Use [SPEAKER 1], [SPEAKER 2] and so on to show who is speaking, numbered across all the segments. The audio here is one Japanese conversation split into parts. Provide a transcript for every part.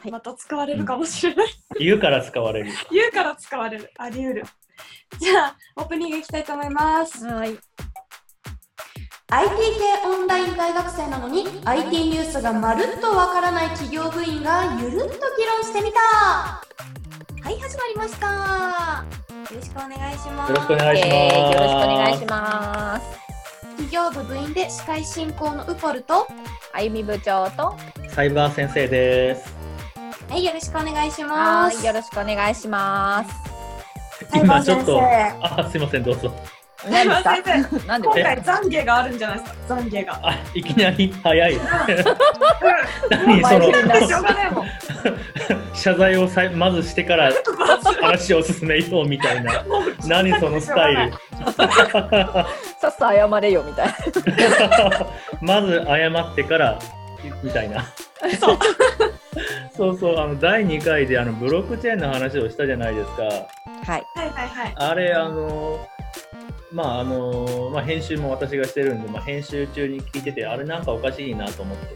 [SPEAKER 1] はい
[SPEAKER 2] また使われるかもしれない。
[SPEAKER 3] 言うから使わ れる。
[SPEAKER 2] 言うから使われる。あり得る。じゃあ、オープニングいきたいと思います。
[SPEAKER 1] はい。
[SPEAKER 2] IT 系オンライン大学生なのに IT ニュースがまるっとわからない企業部員がゆるっと議論してみたはい始まりましたよろしくお願いします
[SPEAKER 3] よろしくお願いします。
[SPEAKER 1] えーよろしくお願いします。
[SPEAKER 2] 企業部部員で司会進行のウポルと
[SPEAKER 1] あゆみ部長と、
[SPEAKER 3] サイバー先生です。
[SPEAKER 2] はいよろしくお願いしま
[SPEAKER 1] は
[SPEAKER 2] す
[SPEAKER 1] い、よろしくお願いします。
[SPEAKER 3] 今ちょっと、あ、すいません、どうぞ。
[SPEAKER 1] 何です
[SPEAKER 2] すいませ
[SPEAKER 1] か？ 何で
[SPEAKER 2] 今
[SPEAKER 1] すか？
[SPEAKER 2] 回懺悔があるんじゃないですか懺悔が
[SPEAKER 3] あ、いきなり 早い。
[SPEAKER 2] もう
[SPEAKER 3] 何そ
[SPEAKER 2] 前
[SPEAKER 3] の
[SPEAKER 2] 振りがしょうがないもん
[SPEAKER 3] 謝罪をさいまずして から話を進めようみたいな。何そのスタイル。
[SPEAKER 1] さっさ謝れよみたいな。
[SPEAKER 3] まず謝ってからみたいな。 そうそうあの第2回であのブロックチェーンの話をしたじゃないですか。
[SPEAKER 1] はい。
[SPEAKER 2] はいはいはい
[SPEAKER 3] あれあのまああのまあ、編集も私がしてるんで、まあ、編集中に聞いててあれなんかおかしいなと思って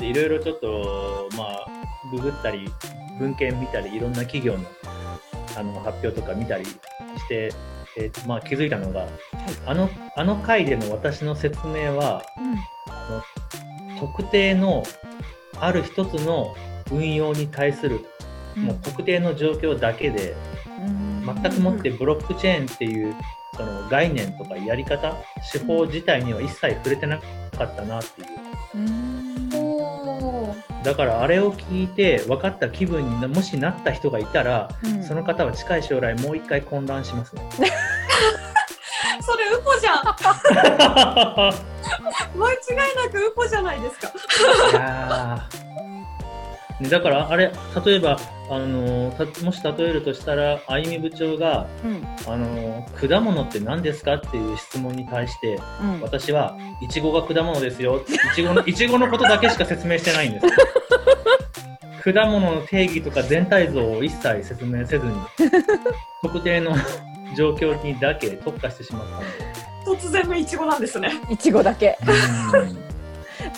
[SPEAKER 3] でいろいろちょっと、まあ、ググったり文献見たりいろんな企業のあの発表とか見たりして、えーまあ、気づいたのが、あのあの回での私の説明は特定のある一つの運用に対する、もう特定の状況だけで、全くもってブロックチェーンっていうその概念とかやり方手法自体には一切触れてなかったなっていう
[SPEAKER 1] うん。
[SPEAKER 2] おー
[SPEAKER 3] だからあれを聞いて分かった気分になもしなった人がいたら、
[SPEAKER 1] うん
[SPEAKER 3] その方は近い将来もう一回混乱しますね
[SPEAKER 2] それウポじゃん
[SPEAKER 3] い
[SPEAKER 2] 間違いなくウポじゃないですか
[SPEAKER 3] やーねだからあれ例えばあのーたもし例えるとしたらあゆみ部長が、
[SPEAKER 1] うん
[SPEAKER 3] あのー果物って何ですか?」っていう質問に対して
[SPEAKER 1] うん
[SPEAKER 3] 私はイチゴが果物ですよイチゴの イチゴのことだけしか説明してないんです 果物の定義とか全体像を一切説明せずに特定の 状況にだけ特化してしまっ
[SPEAKER 2] 突然のイチゴなんですね
[SPEAKER 1] いちごだけ。
[SPEAKER 3] たので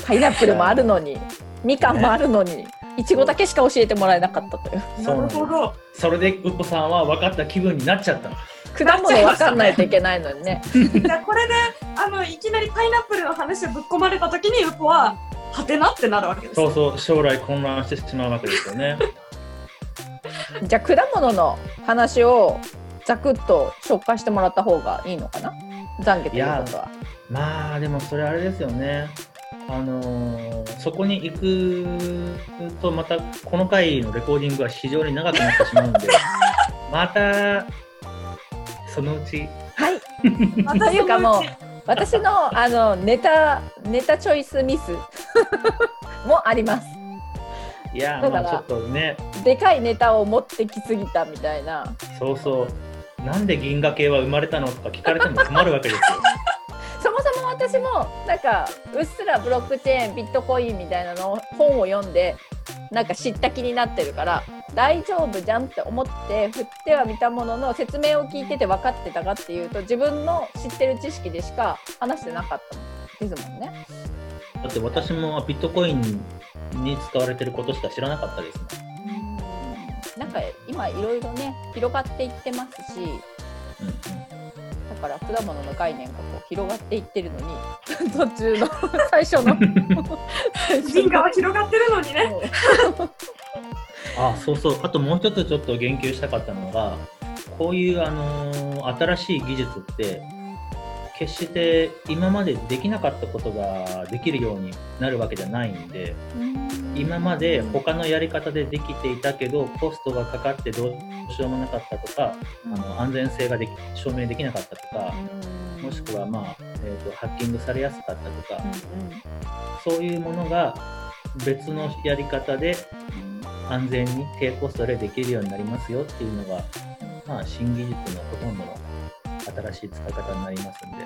[SPEAKER 1] パイナップルもあるのに、みかんもあるのに、いちごだけしか教えてもらえなかったという。
[SPEAKER 3] う
[SPEAKER 2] な
[SPEAKER 3] んそうな
[SPEAKER 2] る
[SPEAKER 3] んです
[SPEAKER 2] ほど
[SPEAKER 3] それでうっこさんは分かった気分になっちゃった
[SPEAKER 1] 果物わかんないといけないのにね。
[SPEAKER 2] じゃあこれであのいきなりパイナップルの話をぶっ込まれた時にウポははてなってなるわけです
[SPEAKER 3] そうそう将来混乱してしまうわけですよね
[SPEAKER 1] じゃあ果物の話をざくっと紹介してもらった方がいいのかな懺悔ということは。
[SPEAKER 3] まあでもそれあれですよねあのーそこに行くとまたこの回のレコーディングは非常に長くなってしまうんでまたそのうち
[SPEAKER 1] はい、
[SPEAKER 2] また
[SPEAKER 1] というかも
[SPEAKER 2] そ
[SPEAKER 1] う
[SPEAKER 2] のち
[SPEAKER 1] 私のあのネタネタチョイスミスもあります。
[SPEAKER 3] いや
[SPEAKER 1] だ
[SPEAKER 3] ーま
[SPEAKER 1] から
[SPEAKER 3] あちょっとね
[SPEAKER 1] でかいネタを持ってきすぎたみたいな。
[SPEAKER 3] そうそうなんで銀河系は生まれたのとか聞かれても困るわけですよ
[SPEAKER 1] そもそも私もなんかうっすらブロックチェーンビットコインみたいなのを本を読んでなんか知った気になってるから大丈夫じゃんって思って振っては見たものの説明を聞いてて分かってたかっていうと自分の知ってる知識でしか話してなかったもんですもんね。
[SPEAKER 3] だって私もビットコインに使われてることしか知らなかったですもん
[SPEAKER 1] なんか今いろいろね広がっていってますし
[SPEAKER 3] うんうん
[SPEAKER 1] だから果物の概念がこう広がっていってるのに途中の最初の最初の
[SPEAKER 2] 銀河は広がってるのにね
[SPEAKER 3] あそうそうあともう一つちょっと言及したかったのがこういう、あのー新しい技術って決して今までできなかったことができるようになるわけじゃないんで今まで他のやり方でできていたけどコストがかかってどうしようもなかったとかあの安全性ができ証明できなかったとかもしくは、まあえーとハッキングされやすかったとかそういうものが別のやり方で安全に低コストでできるようになりますよっていうのが、まあ、新技術のほとんどの新しい使い方になりますんで、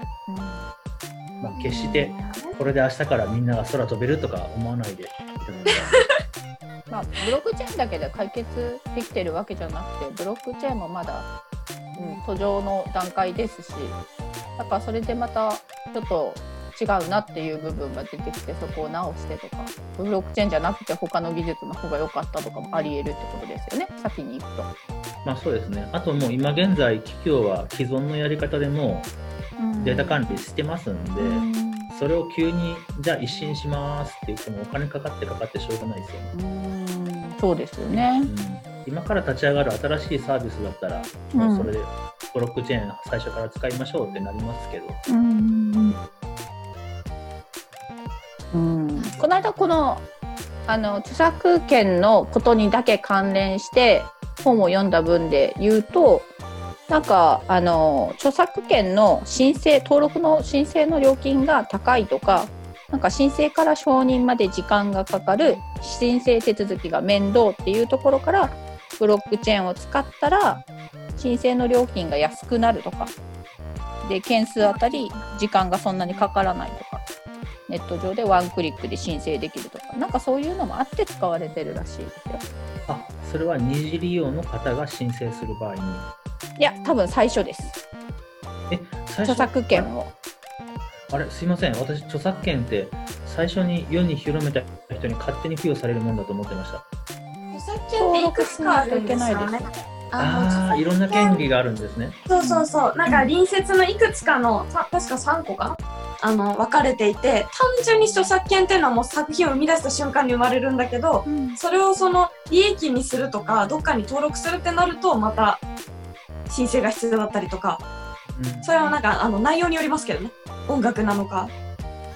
[SPEAKER 3] まあ、決してこれで明日からみんなが空飛べるとか思わない でいただきたい
[SPEAKER 1] まあ、ブロックチェーンだけで解決できてるわけじゃなくてブロックチェーンもまだ、うん、途上の段階ですしだからそれでまたちょっと違うなっていう部分が出てきてそこを直してとかブロックチェーンじゃなくて他の技術の方が良かったとかもありえるってことですよね先に行くと。
[SPEAKER 3] まあそうですね。あともう今現在企業は既存のやり方でもうデータ管理してますんで、それを急にじゃあ一新しますって言ってもお金かかってかかってしょうがないですよね。
[SPEAKER 1] うんそうですよ
[SPEAKER 3] う
[SPEAKER 1] ね。
[SPEAKER 3] ん、今から立ち上がる新しいサービスだったら、もうそれでブロックチェーン最初から使いましょうってなりますけど、
[SPEAKER 1] うんうん、この間このあの著作権のことにだけ関連して本を読んだ分で言うとなんかあの著作権の申請登録の申請の料金が高いとかなんか申請から承認まで時間がかかる申請手続きが面倒っていうところからブロックチェーンを使ったら申請の料金が安くなるとかで件数あたり時間がそんなにかからないとかネット上でワンクリックで申請できるとかなんかそういうのもあって使われてるらしいですよ
[SPEAKER 3] あそれは二次利用の方が申請する場合に、
[SPEAKER 1] いや多分最初です
[SPEAKER 3] え、最初
[SPEAKER 1] 著作権を
[SPEAKER 3] あれすいません私著作権って最初に世に広めた人に勝手に付与されるもんだと思ってました
[SPEAKER 2] 著作権っていくつかあるんですよね。
[SPEAKER 3] ああーいろんな権利があるんですね
[SPEAKER 2] そうそうそう、なんか隣接のいくつかの、た確か3個かあの分かれていて、単純に著作権っていうのはもう作品を生み出した瞬間に生まれるんだけど、それをその利益にするとか、どっかに登録するってなると、また申請が必要だったりとか、
[SPEAKER 3] うん
[SPEAKER 2] それはなんかあの内容によりますけどね、音楽なのか、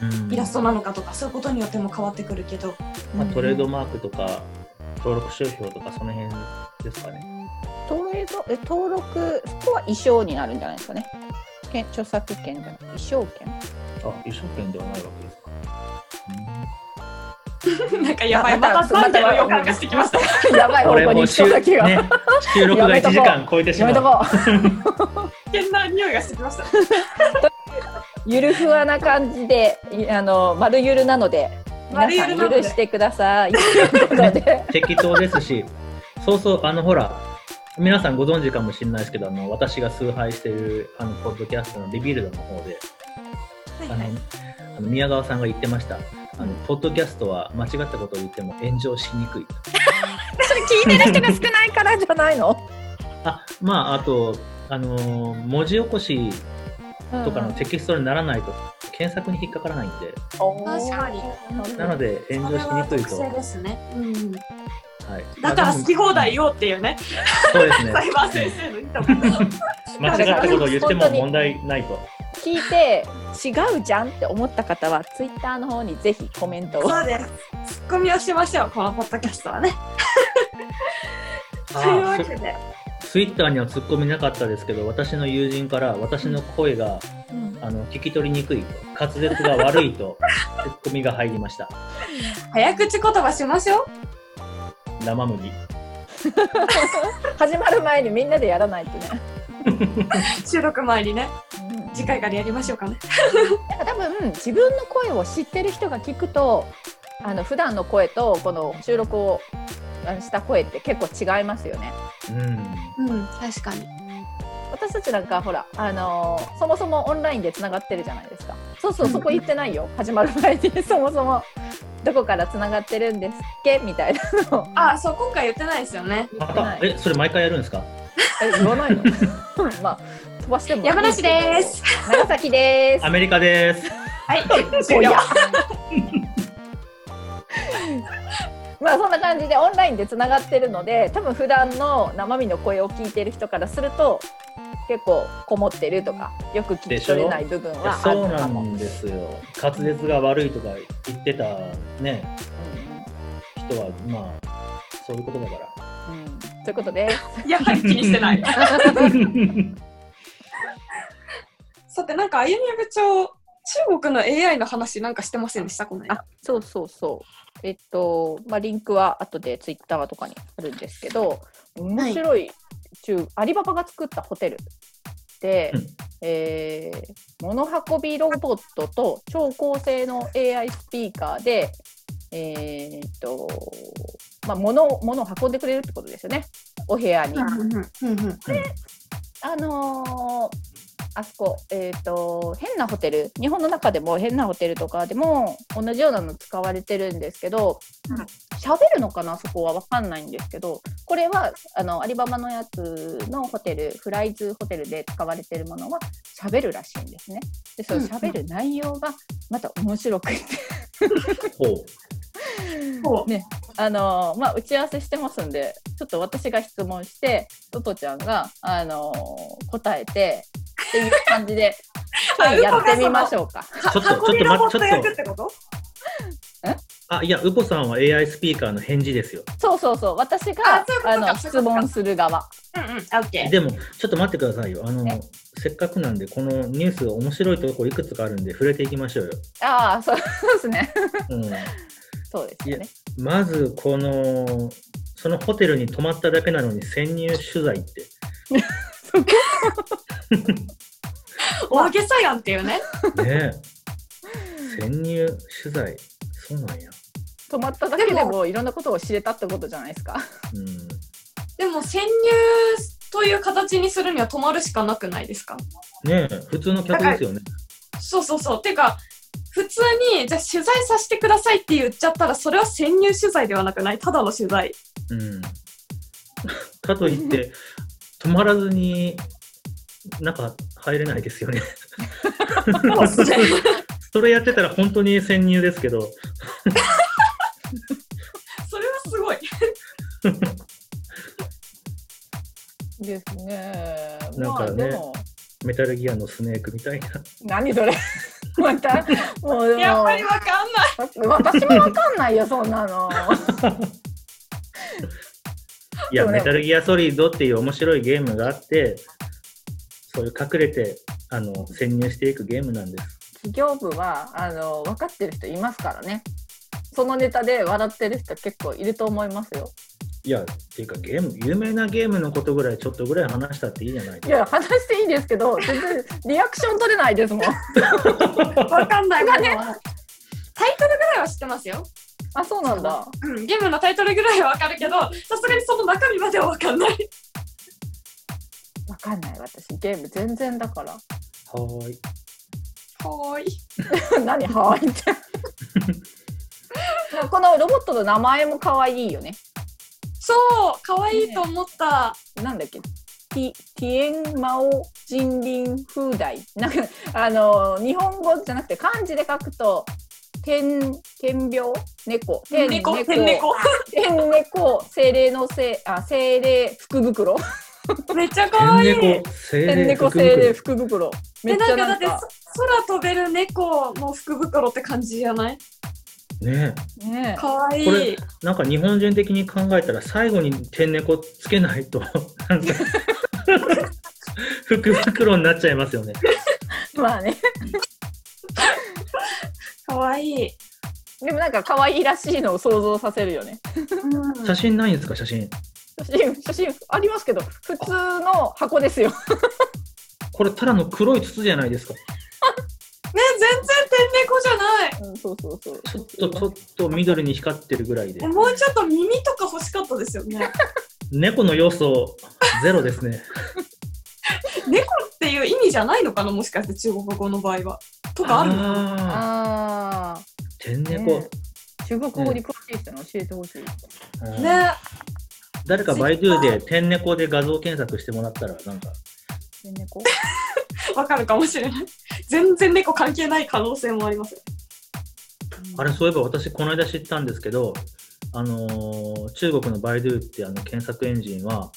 [SPEAKER 3] うん
[SPEAKER 2] イラストなのかとか、そういうことによっても変わってくるけど、
[SPEAKER 3] まあ、トレードマークとか登録商標とかその辺ですかね
[SPEAKER 1] トレードえ登録そこは衣装になるんじゃないですかね権著作権じゃなくて衣装権
[SPEAKER 3] あ衣装権ではないわけですか、
[SPEAKER 2] なんかやばい、
[SPEAKER 1] ま
[SPEAKER 2] ま
[SPEAKER 1] た
[SPEAKER 2] た3代の予感がしてきました。
[SPEAKER 1] やばい
[SPEAKER 3] こ
[SPEAKER 1] 方
[SPEAKER 3] れ
[SPEAKER 1] 向に
[SPEAKER 3] もう
[SPEAKER 1] 行きそ
[SPEAKER 3] 収,、
[SPEAKER 1] うだけが、
[SPEAKER 3] ね、収録が1時間超えてし
[SPEAKER 1] や
[SPEAKER 3] ま
[SPEAKER 1] めと
[SPEAKER 3] う
[SPEAKER 1] こう
[SPEAKER 2] 危険な匂いがしてきました。
[SPEAKER 1] ゆるふわな感じでい あの丸ゆるなので皆
[SPEAKER 2] 丸ゆ
[SPEAKER 1] さ
[SPEAKER 2] る
[SPEAKER 1] ん
[SPEAKER 2] なので
[SPEAKER 1] ゆるしてくださいということで
[SPEAKER 3] 適当ですしそうそうあのほら皆さんご存知かもしれないですけどあの私が崇拝しているあのポッドキャストのリビルドの方で
[SPEAKER 2] はい
[SPEAKER 3] あ
[SPEAKER 2] は
[SPEAKER 3] の
[SPEAKER 2] い
[SPEAKER 3] あの宮川さんが言ってましたあのポッドキャストは間違ったことを言っても炎上しにくい
[SPEAKER 1] それ聞いてる人が少ないからじゃないの
[SPEAKER 3] あまああと、あのー文字起こしとかのテキストにならないと検索に引っかからないんで、
[SPEAKER 2] 確かに。
[SPEAKER 3] なので炎上しにくいと、
[SPEAKER 2] それは特性ですね。うん。
[SPEAKER 3] はい、
[SPEAKER 2] だから好き放題
[SPEAKER 3] よ
[SPEAKER 2] 言おうっていうね、
[SPEAKER 3] そうですね
[SPEAKER 2] サイバー先生のいいところ。
[SPEAKER 3] 間違ったことを言っても問題ないと
[SPEAKER 1] 聞いて違うじゃんって思った方はツイッターの方にぜひコメントを
[SPEAKER 2] そうです。ツッコミをしましょう、このポッドキャストはね。というわ
[SPEAKER 3] あ
[SPEAKER 2] けで。
[SPEAKER 3] ツイッターにはツッコミなかったですけど私の友人から私の声があの聞き取りにくいと滑舌が悪いとツッコミが入りました
[SPEAKER 2] 早口言葉しましょう。
[SPEAKER 3] 生麦
[SPEAKER 1] 始まる前にみんなでやらないとね、
[SPEAKER 2] 収録前にね、
[SPEAKER 1] うん
[SPEAKER 2] 次回からやりましょうかね。
[SPEAKER 1] なんか多分自分の声を知ってる人が聞くとあの普段の声とこの収録をあのした声って結構違いますよね
[SPEAKER 3] うん
[SPEAKER 2] うん、確かに。
[SPEAKER 1] 私たちなんかほら、あのーそもそもオンラインでつながってるじゃないですかそうそうそこ言ってないよ始まる前にそもそもどこからつながってるんですっけみたいなのを
[SPEAKER 2] あ、そう、今回言ってないですよね。
[SPEAKER 3] ま
[SPEAKER 1] な
[SPEAKER 3] た
[SPEAKER 1] い
[SPEAKER 3] えそれ毎回やるんですか
[SPEAKER 1] え言わないの まあ飛ばしてもいいけど
[SPEAKER 2] 山梨です。
[SPEAKER 1] 長崎です
[SPEAKER 3] アメリカです
[SPEAKER 2] はい、終了。
[SPEAKER 1] まあそんな感じでオンラインでつながってるので多分普段の生身の声を聞いてる人からすると結構こもってるとかよく聞き取れない部分はあ
[SPEAKER 3] そう
[SPEAKER 1] るか
[SPEAKER 3] な
[SPEAKER 1] も。
[SPEAKER 3] んですよ滑舌が悪いとか言ってたね人はまあそういうことだから
[SPEAKER 1] うんうんということで
[SPEAKER 2] やはり気にしてない。 さて、なんか、あゆみ部長、中国の AI の話なんかしてませんでしたこの間。
[SPEAKER 1] あそうそうそうえっとまあリンクは後でツイッターとかにあるんですけど面白い中、アリババが作ったホテルで、
[SPEAKER 3] うん
[SPEAKER 1] えー物運びロボットと超高性能 AI スピーカーで、えーっとまあ、物を物を運んでくれるってことですよねお部屋に。
[SPEAKER 2] うんうんうんうん
[SPEAKER 1] あのーあそこ、えっ、と、変なホテル、日本の中でも変なホテルとかでも同じようなの使われてるんですけど、
[SPEAKER 2] うん
[SPEAKER 1] 喋るのかな、そこはわかんないんですけど、これはあのアリババのやつのホテル、フライズホテルで使われてるものは喋るらしいんですね。で、その喋る内容がまた面白くて、
[SPEAKER 3] ほう。
[SPEAKER 2] こう
[SPEAKER 1] ね、あのまあ、打ち合わせしてますんでちょっと私が質問してトトちゃんが、あの答えてっていう感じで、はい、やってみましょう
[SPEAKER 3] ち
[SPEAKER 1] か。
[SPEAKER 3] ょっと、ちょっと
[SPEAKER 2] 箱根のホッ
[SPEAKER 3] 待
[SPEAKER 2] ト
[SPEAKER 3] って、ちょっ
[SPEAKER 2] 役
[SPEAKER 3] と
[SPEAKER 2] っ。てこと
[SPEAKER 3] あ、いや、ウポさんは AI スピーカーの返事ですよ。
[SPEAKER 1] そうそうそう私
[SPEAKER 2] あそうい
[SPEAKER 1] が
[SPEAKER 2] うこと
[SPEAKER 1] あ
[SPEAKER 2] か
[SPEAKER 1] の
[SPEAKER 2] そういう
[SPEAKER 1] 質
[SPEAKER 2] ことか
[SPEAKER 1] 問する側。
[SPEAKER 2] うんうん、オッケー。
[SPEAKER 3] でも、ちょっと待ってくださいよ。あの
[SPEAKER 1] え、
[SPEAKER 3] せっかくなんで、このニュース面白いとこいくつかあるんで、触れていきましょうよ。
[SPEAKER 1] ああそうそうですね。
[SPEAKER 3] う
[SPEAKER 1] そうですよね。
[SPEAKER 3] ん、まず、この、そのホテルに泊まっただけなのに潜入取材って。
[SPEAKER 2] 大げさやんっていうね。
[SPEAKER 3] ね え。潜入取材。そうなんや。
[SPEAKER 1] 泊まっただけで
[SPEAKER 2] で
[SPEAKER 1] もいろんなことを知れたってことじゃないですか。
[SPEAKER 3] うん。
[SPEAKER 2] でも潜入という形にするには止まるしかなくないですか
[SPEAKER 3] ねえ、普通の客ですよね。
[SPEAKER 2] そうそうそう。てか、普通に、じゃあ取材させてくださいって言っちゃったら、それは潜入取材ではなくないただの取材。
[SPEAKER 3] うん。かといって、泊まらずに、中入れないですよね。
[SPEAKER 2] そうですね
[SPEAKER 3] それやってたら本当に潜入ですけど、
[SPEAKER 2] それはすごい。
[SPEAKER 1] ですね。
[SPEAKER 3] なん
[SPEAKER 1] ま
[SPEAKER 3] か
[SPEAKER 1] あ
[SPEAKER 3] ね
[SPEAKER 1] でも
[SPEAKER 3] メタルギアのスネークみたいな。
[SPEAKER 1] 何それ またもうでも
[SPEAKER 2] やっぱりわかんない。
[SPEAKER 1] 私もわかんないよそんなの。
[SPEAKER 3] いや、
[SPEAKER 1] そうね
[SPEAKER 3] メタルギアソリッドっていう面白いゲームがあって、そういう隠れて、あの、潜入していくゲームなんです。
[SPEAKER 1] 企業部はあの分かってる人いますからねそのネタで笑ってる人結構いると思いますよ
[SPEAKER 3] いや、っていうかゲーム、有名なゲームのことぐらいちょっとぐらい話したっていいじゃない
[SPEAKER 1] いや話していいですけど全然リアクション取れないですも ん
[SPEAKER 2] わかんない。
[SPEAKER 1] がね
[SPEAKER 2] もうタイトルぐらいは知ってますよ。
[SPEAKER 1] あそうなんだ
[SPEAKER 2] うん、ゲームのタイトルぐらいはわかるけど、さすがにその中身まではわかんない。
[SPEAKER 1] 分かんない私ゲーム全然だから
[SPEAKER 3] はーい。
[SPEAKER 2] はーい。
[SPEAKER 1] 何ハワ イってこのロボットの名前も可愛いよね
[SPEAKER 2] そう、可愛いと思った。
[SPEAKER 1] なんだっけティティエンマオジンリンフーダイなんかあの日本語じゃなくて漢字で書くと天天病猫天
[SPEAKER 2] 猫、天猫。
[SPEAKER 1] 天猫精霊のせいあ精霊福袋
[SPEAKER 2] めっちゃ可愛い。
[SPEAKER 3] 天猫、精
[SPEAKER 1] 天
[SPEAKER 3] 霊、
[SPEAKER 1] 猫
[SPEAKER 3] 福
[SPEAKER 1] 精
[SPEAKER 3] 袋。
[SPEAKER 1] 霊福袋め
[SPEAKER 2] え
[SPEAKER 1] っち
[SPEAKER 2] な
[SPEAKER 1] ゃなんん
[SPEAKER 2] かだっ
[SPEAKER 1] か
[SPEAKER 2] てそ空飛べる猫の福袋って感じじゃない
[SPEAKER 3] ね
[SPEAKER 1] ねえ
[SPEAKER 2] 可愛
[SPEAKER 3] こ
[SPEAKER 2] い
[SPEAKER 3] れえなんか日本人的に考えたら最後に天猫つけないと、 なんか、福袋になっちゃいますよね。
[SPEAKER 1] まあね
[SPEAKER 2] 可愛い
[SPEAKER 1] でもなんか可愛いらしいのを想像させるよね
[SPEAKER 3] 写真ないんですか、写真。
[SPEAKER 1] 写真写真ありますけど普通の箱ですよ
[SPEAKER 3] これただの黒い筒じゃないですか。
[SPEAKER 2] ね全然天猫じゃない
[SPEAKER 1] うんそうそうそう
[SPEAKER 3] ちょっとちょっと緑に光ってるぐらいで
[SPEAKER 2] え。もうちょっと耳とか欲しかったですよね
[SPEAKER 3] 猫の要素ゼロですね。
[SPEAKER 2] 猫っていう意味じゃないのかなもしかして中国語の場合はと かあるのかな
[SPEAKER 3] あー
[SPEAKER 1] ああ
[SPEAKER 3] 天猫、
[SPEAKER 1] ね中国語に詳しい人に教えてほしい、
[SPEAKER 3] うん
[SPEAKER 2] ね
[SPEAKER 3] 誰かバイドゥで天猫で画像検索してもらったらなんか
[SPEAKER 1] 天猫
[SPEAKER 2] わかるかもしれない全然猫関係ない可能性もありますよ
[SPEAKER 3] あれそういえば私この間知ったんですけど、あのー中国のバイドゥってあの検索エンジンは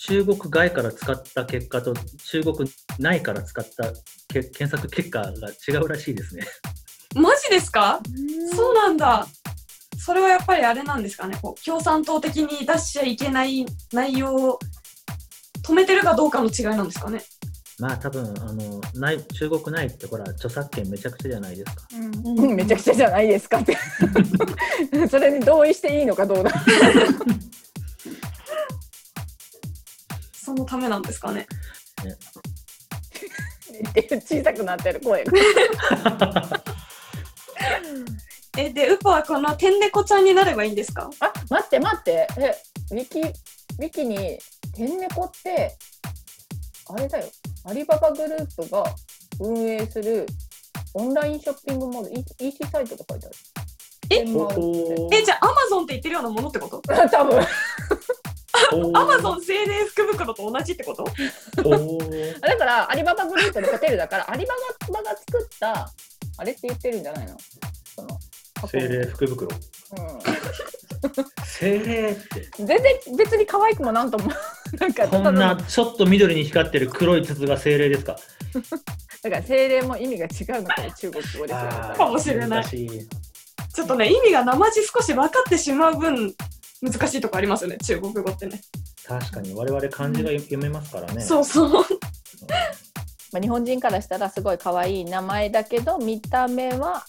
[SPEAKER 3] 中国外から使った結果と中国内から使ったけ検索結果が違うらしいですね。
[SPEAKER 2] マジですか
[SPEAKER 1] そう
[SPEAKER 2] そうなんだそれはやっぱりあれなんですかねこう共産党的に出しちゃいけない内容を止めてるかどうかの違いなんですかね
[SPEAKER 3] まあ多分あのない中国内ってほら著作権めちゃくちゃじゃないですか。
[SPEAKER 1] うんめちゃくちゃじゃないですかって それに同意していいのかどうだ
[SPEAKER 2] そのためなんですかね
[SPEAKER 1] っていう小さくなってる声が
[SPEAKER 2] えでウパはこの天猫ちゃんになればいいんですか
[SPEAKER 1] あ待って待ってえウィキウィキに天猫ってあれだよアリババグループが運営するオンラインショッピングモール、E- EC サイトと書いてある。
[SPEAKER 2] え
[SPEAKER 1] 天
[SPEAKER 3] お
[SPEAKER 1] 満って
[SPEAKER 2] え、じゃあ、アマゾンって言ってるようなものってこと
[SPEAKER 1] 多分
[SPEAKER 2] アマゾン青年福袋と同じってこと
[SPEAKER 3] お
[SPEAKER 1] あだからアリババグループのホテルだからアリババが作ったあれって言ってるんじゃないのその箱
[SPEAKER 3] 精霊福袋精霊って
[SPEAKER 1] うん、全然別に可愛くもなんともなんか
[SPEAKER 3] こ
[SPEAKER 1] ただ
[SPEAKER 3] ん
[SPEAKER 1] の
[SPEAKER 3] なちょっと緑に光ってる黒い筒が精霊ですか
[SPEAKER 1] だから精霊も意味が違うのかな中国語で調べた
[SPEAKER 3] あ
[SPEAKER 1] ら
[SPEAKER 3] ー
[SPEAKER 2] かもしれない
[SPEAKER 3] 難しい
[SPEAKER 2] ちょっとね、意味がなまじ少し分かってしまう分、難しいとこありますよね、中国語ってね。
[SPEAKER 3] 確かに我々漢字が読めますからね、
[SPEAKER 2] そうそう。
[SPEAKER 1] まあ、日本人からしたらすごい可愛い名前だけど見た目は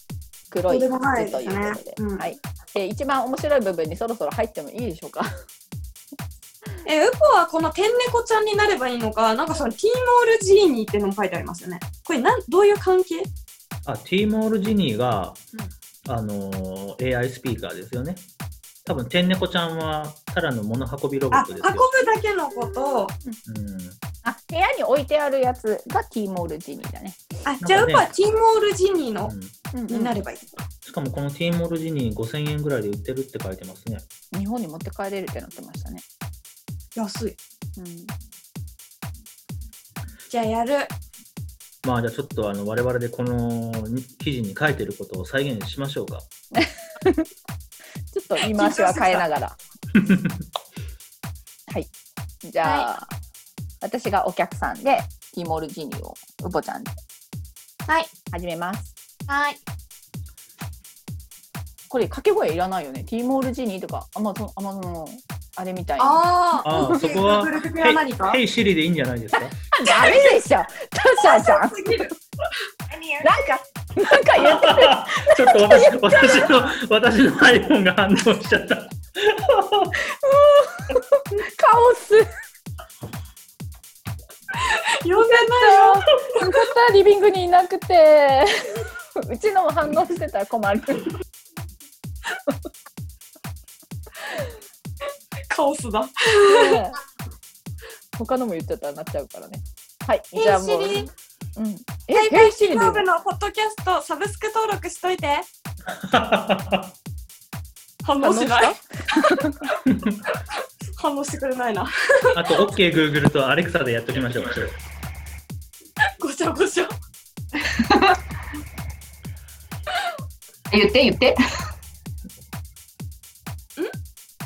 [SPEAKER 1] 黒い靴ということで、
[SPEAKER 2] とんでもないですねうん
[SPEAKER 1] はいえー一番面白い部分にそろそろ入ってもいいでしょうか
[SPEAKER 2] え、ウコはこの天猫ちゃんになればいいのか、なんかそのティーモールジーニーってのも書いてありますよね。これなん、どういう関係
[SPEAKER 3] あティーモールジニーが、あのー AI スピーカーですよね多分天猫ちゃんはただの物運びロボ
[SPEAKER 2] あ、
[SPEAKER 3] ッ
[SPEAKER 2] 運
[SPEAKER 3] トで
[SPEAKER 2] ぶ
[SPEAKER 3] すよ、
[SPEAKER 2] だけのこと。
[SPEAKER 3] うん、
[SPEAKER 1] あ部屋に置いてあるやつがティーモールジニーだね、
[SPEAKER 2] あ、じゃあウ
[SPEAKER 3] なんかね
[SPEAKER 2] コはティーモールジーニーの
[SPEAKER 3] うん
[SPEAKER 1] うん
[SPEAKER 2] になればいい。
[SPEAKER 3] しかもこのティーモールジニー5000円ぐらいで売ってるって書いてますね
[SPEAKER 1] 日本に持って帰れるってなってましたね、
[SPEAKER 2] 安い。
[SPEAKER 1] うん
[SPEAKER 2] じゃあやる。
[SPEAKER 3] まあじゃあちょっとあの我々でこの記事に書いてることを再現しましょうか
[SPEAKER 1] ちょっと言い回しは変えなが ら。はい。じゃあ、私がお客さんで、ティモールジニーを、うぼちゃんで
[SPEAKER 2] はい。
[SPEAKER 1] 始めます。
[SPEAKER 2] はい。
[SPEAKER 1] これ、掛け声いらないよね。ティモールジニーとか、アマゾン、アマゾンの、あれみたいな。
[SPEAKER 2] あー
[SPEAKER 3] あーそこ は
[SPEAKER 2] くるくるく
[SPEAKER 3] 「
[SPEAKER 2] るは何か
[SPEAKER 3] ヘイシリ」でいいんじゃないですか
[SPEAKER 1] ダメでしょ他者じゃんなんか、
[SPEAKER 2] すぎ る。
[SPEAKER 1] なんか言ってる。
[SPEAKER 3] ちょっと 私私の私の iPhone が反応しちゃった
[SPEAKER 1] カオス。よ
[SPEAKER 2] 呼べないよ。
[SPEAKER 1] かった、リビングにいなくて。うちのも反応してたら困る。
[SPEAKER 2] カオスだ。
[SPEAKER 1] ね他のも言っちゃったらなっちゃうからね。はい、じゃあもう。
[SPEAKER 2] ヘイシリ
[SPEAKER 1] うん。え、
[SPEAKER 2] 大
[SPEAKER 1] ヘ
[SPEAKER 2] 会
[SPEAKER 1] イシリ
[SPEAKER 2] キ
[SPEAKER 1] で
[SPEAKER 2] ングのポッドキャストサブスク登録しといて。反応しない。 反応してくれないな。
[SPEAKER 3] あと OKGoogle と Alexa でやっときましょう
[SPEAKER 2] ごちゃごちゃ。
[SPEAKER 4] 言って言って。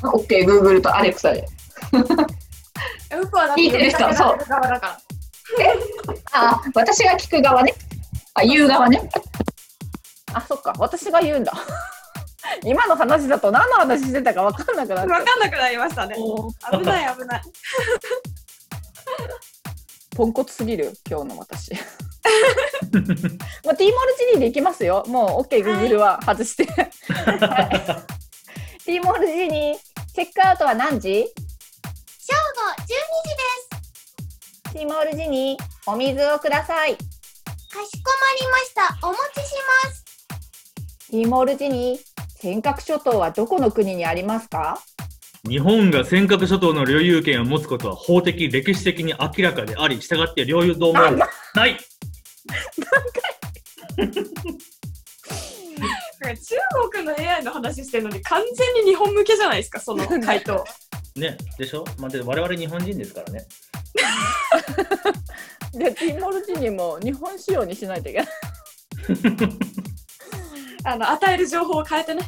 [SPEAKER 4] オッケー、Google と Alexa で。
[SPEAKER 2] ウコはだ
[SPEAKER 4] 聞いてる人はそう
[SPEAKER 2] 呼びかけられる側だから。
[SPEAKER 4] ああ、私が聞く側ね。あ、言う側ね。
[SPEAKER 1] あ、そっか、私が言うんだ。今の話だと何の話してたか分かんなくなっちゃう
[SPEAKER 2] 分。かんなくなりましたね。危ない危ない。
[SPEAKER 1] ポンコツすぎる、今日の私。まあ、ティーモールジニーでいきますよ。もう、OK、Google は外して。はいティーモールジニー、チェックアウトは何時
[SPEAKER 2] 正午12時で
[SPEAKER 1] ティーモールジニー、お水をください。
[SPEAKER 2] す。かしこまりました。お持ちします。
[SPEAKER 1] ティーモールジニー、尖閣諸島はどこの国にありますか
[SPEAKER 3] 日本が尖閣諸島の領有権を持つことは法的歴史的に明らかでありしたがって領有同盟はない
[SPEAKER 2] 中国の AI の話してるのに完全に日本向けじゃないですか、その回 答。
[SPEAKER 3] ねでしょ、まあ、で我々日本人ですからね
[SPEAKER 1] で、ティーモールジニーも日本仕様にしないといけない。
[SPEAKER 2] あの与える情報を変えてね、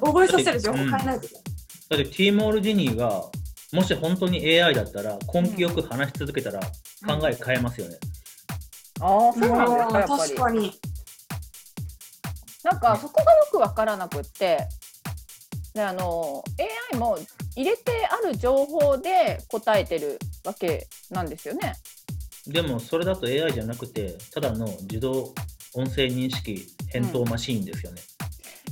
[SPEAKER 2] 覚えさせる情報を変えないといけない。
[SPEAKER 3] だってティーモール・ジニーがもし本当に AI だったら根気よく話し続けたら考え変えますよね、
[SPEAKER 1] ああ、そうなんですか、やっぱ
[SPEAKER 2] 確
[SPEAKER 1] り。
[SPEAKER 2] かに。
[SPEAKER 1] なんかそこがよくわからなくってであの AI も入れてある情報で答えてるわけなんですよね。
[SPEAKER 3] でもそれだと AI じゃなくてただの自動音声認識返答マシーンですよね、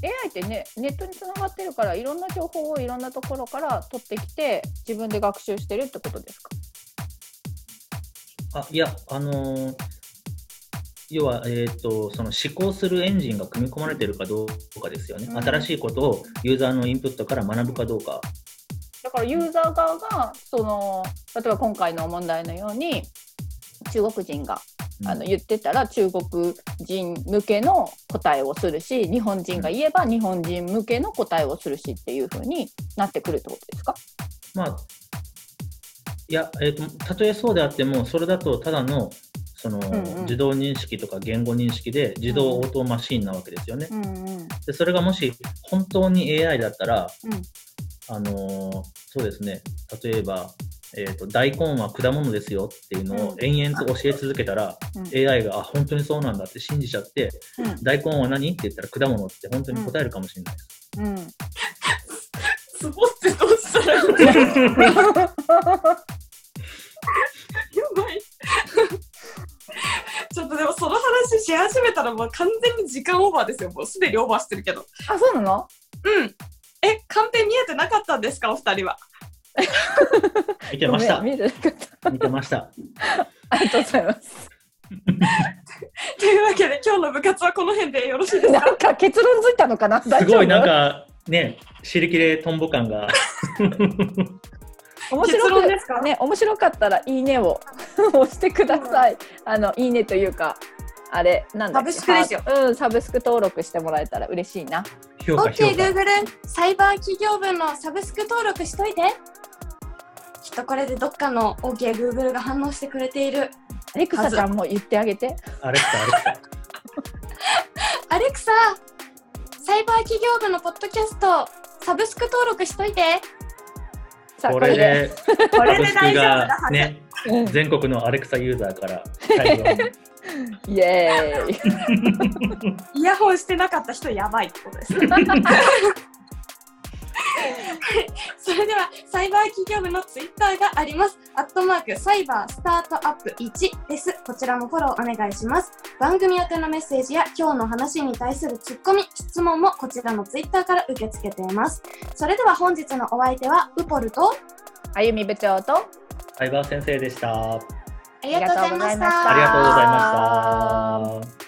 [SPEAKER 1] AI ってねネットにつながってるからいろんな情報をいろんなところから取ってきて自分で学習してるってことですか
[SPEAKER 3] あいやあのー要は、えー、とその思考するエンジンが組み込まれてるかどうかですよね、
[SPEAKER 1] うん
[SPEAKER 3] 新しいことをユーザーのインプットから学ぶかどうか
[SPEAKER 1] だからユーザー側がその例えば今回の問題のように中国人が
[SPEAKER 3] うん
[SPEAKER 1] あの言ってたら中国人向けの答えをするし日本人が言えば日本人向けの答えをするしっていう風になってくるってことですか
[SPEAKER 3] まあ、いや、えーと、たとえそうであっても、それだとただの、その、
[SPEAKER 1] んうん
[SPEAKER 3] 自動認識とか言語認識で自動応答マシンなわけですよね。
[SPEAKER 1] うんうん
[SPEAKER 3] で、それがもし本当に AI だったら、
[SPEAKER 1] うん
[SPEAKER 3] あのーそうですね、例えば、えーと、大根は果物ですよっていうのを
[SPEAKER 1] う
[SPEAKER 3] 延々と教え続けたら、
[SPEAKER 1] うん
[SPEAKER 3] AI が、あ、本当にそうなんだって信じちゃって、
[SPEAKER 1] うん
[SPEAKER 3] 大根は何って言ったら果物って本当に答えるかもしれない。
[SPEAKER 1] うん
[SPEAKER 2] ツボってどうしたらいい んだろうやばいちょっとでもその話し始めたらもう完全に時間オーバーですよもうすでにオーバーしてるけど
[SPEAKER 1] あそうなの
[SPEAKER 2] うんえカンペ見えてなかったんですかお二人は
[SPEAKER 3] 見てました
[SPEAKER 1] ご。めん見てなかった
[SPEAKER 3] 見てました。
[SPEAKER 1] ありがとうございます
[SPEAKER 2] というわけで今日の部活はこの辺でよろしいですか
[SPEAKER 1] なんか結論ついたのか な
[SPEAKER 3] す
[SPEAKER 1] 大丈夫
[SPEAKER 3] ごいなんか、ね、尻切れトンボ感が。
[SPEAKER 1] 面白
[SPEAKER 2] 結論で
[SPEAKER 1] く
[SPEAKER 2] すか
[SPEAKER 1] ね面白かったらいいねを 押してください、あのいいねというかあれなんだっけ
[SPEAKER 2] サブスクですよ
[SPEAKER 1] はうんサブスク登録してもらえたら嬉しいな
[SPEAKER 3] 評価評
[SPEAKER 2] OK
[SPEAKER 3] 価。
[SPEAKER 2] Google サイバー企業部のサブスク登録しといてきっとこれでどっかの OK Google が反応してくれている
[SPEAKER 1] レクサちゃんも言ってあげて
[SPEAKER 3] アレクサ、アレクサ。
[SPEAKER 2] アレクササイバー企業部のポッドキャストサブスク登録しといて
[SPEAKER 1] さあ
[SPEAKER 3] これで、
[SPEAKER 2] こ
[SPEAKER 3] サブスクがね、
[SPEAKER 1] うん
[SPEAKER 3] 全国のアレクサユーザーから大量に。
[SPEAKER 1] イエーイ
[SPEAKER 2] イヤホンしてなかった人やばいってことです。それではサイバー企業部のツイッターがあります。アットマークサイバースタートアップ1です。こちらもフォローお願いします。番組宛てのメッセージや今日の話に対するツッコミ、質問もこちらのツイッターから受け付けています。それでは本日のお相手はウポルと
[SPEAKER 1] あゆみ部長と
[SPEAKER 3] サイバー先生でした。あ
[SPEAKER 2] あ
[SPEAKER 1] り
[SPEAKER 2] りが
[SPEAKER 1] がと
[SPEAKER 2] と
[SPEAKER 1] う
[SPEAKER 2] う
[SPEAKER 1] ご
[SPEAKER 2] ご
[SPEAKER 1] ざ
[SPEAKER 2] ざ
[SPEAKER 1] い
[SPEAKER 2] い
[SPEAKER 1] ま
[SPEAKER 2] ま
[SPEAKER 1] し
[SPEAKER 2] したた。
[SPEAKER 3] りがとうございました。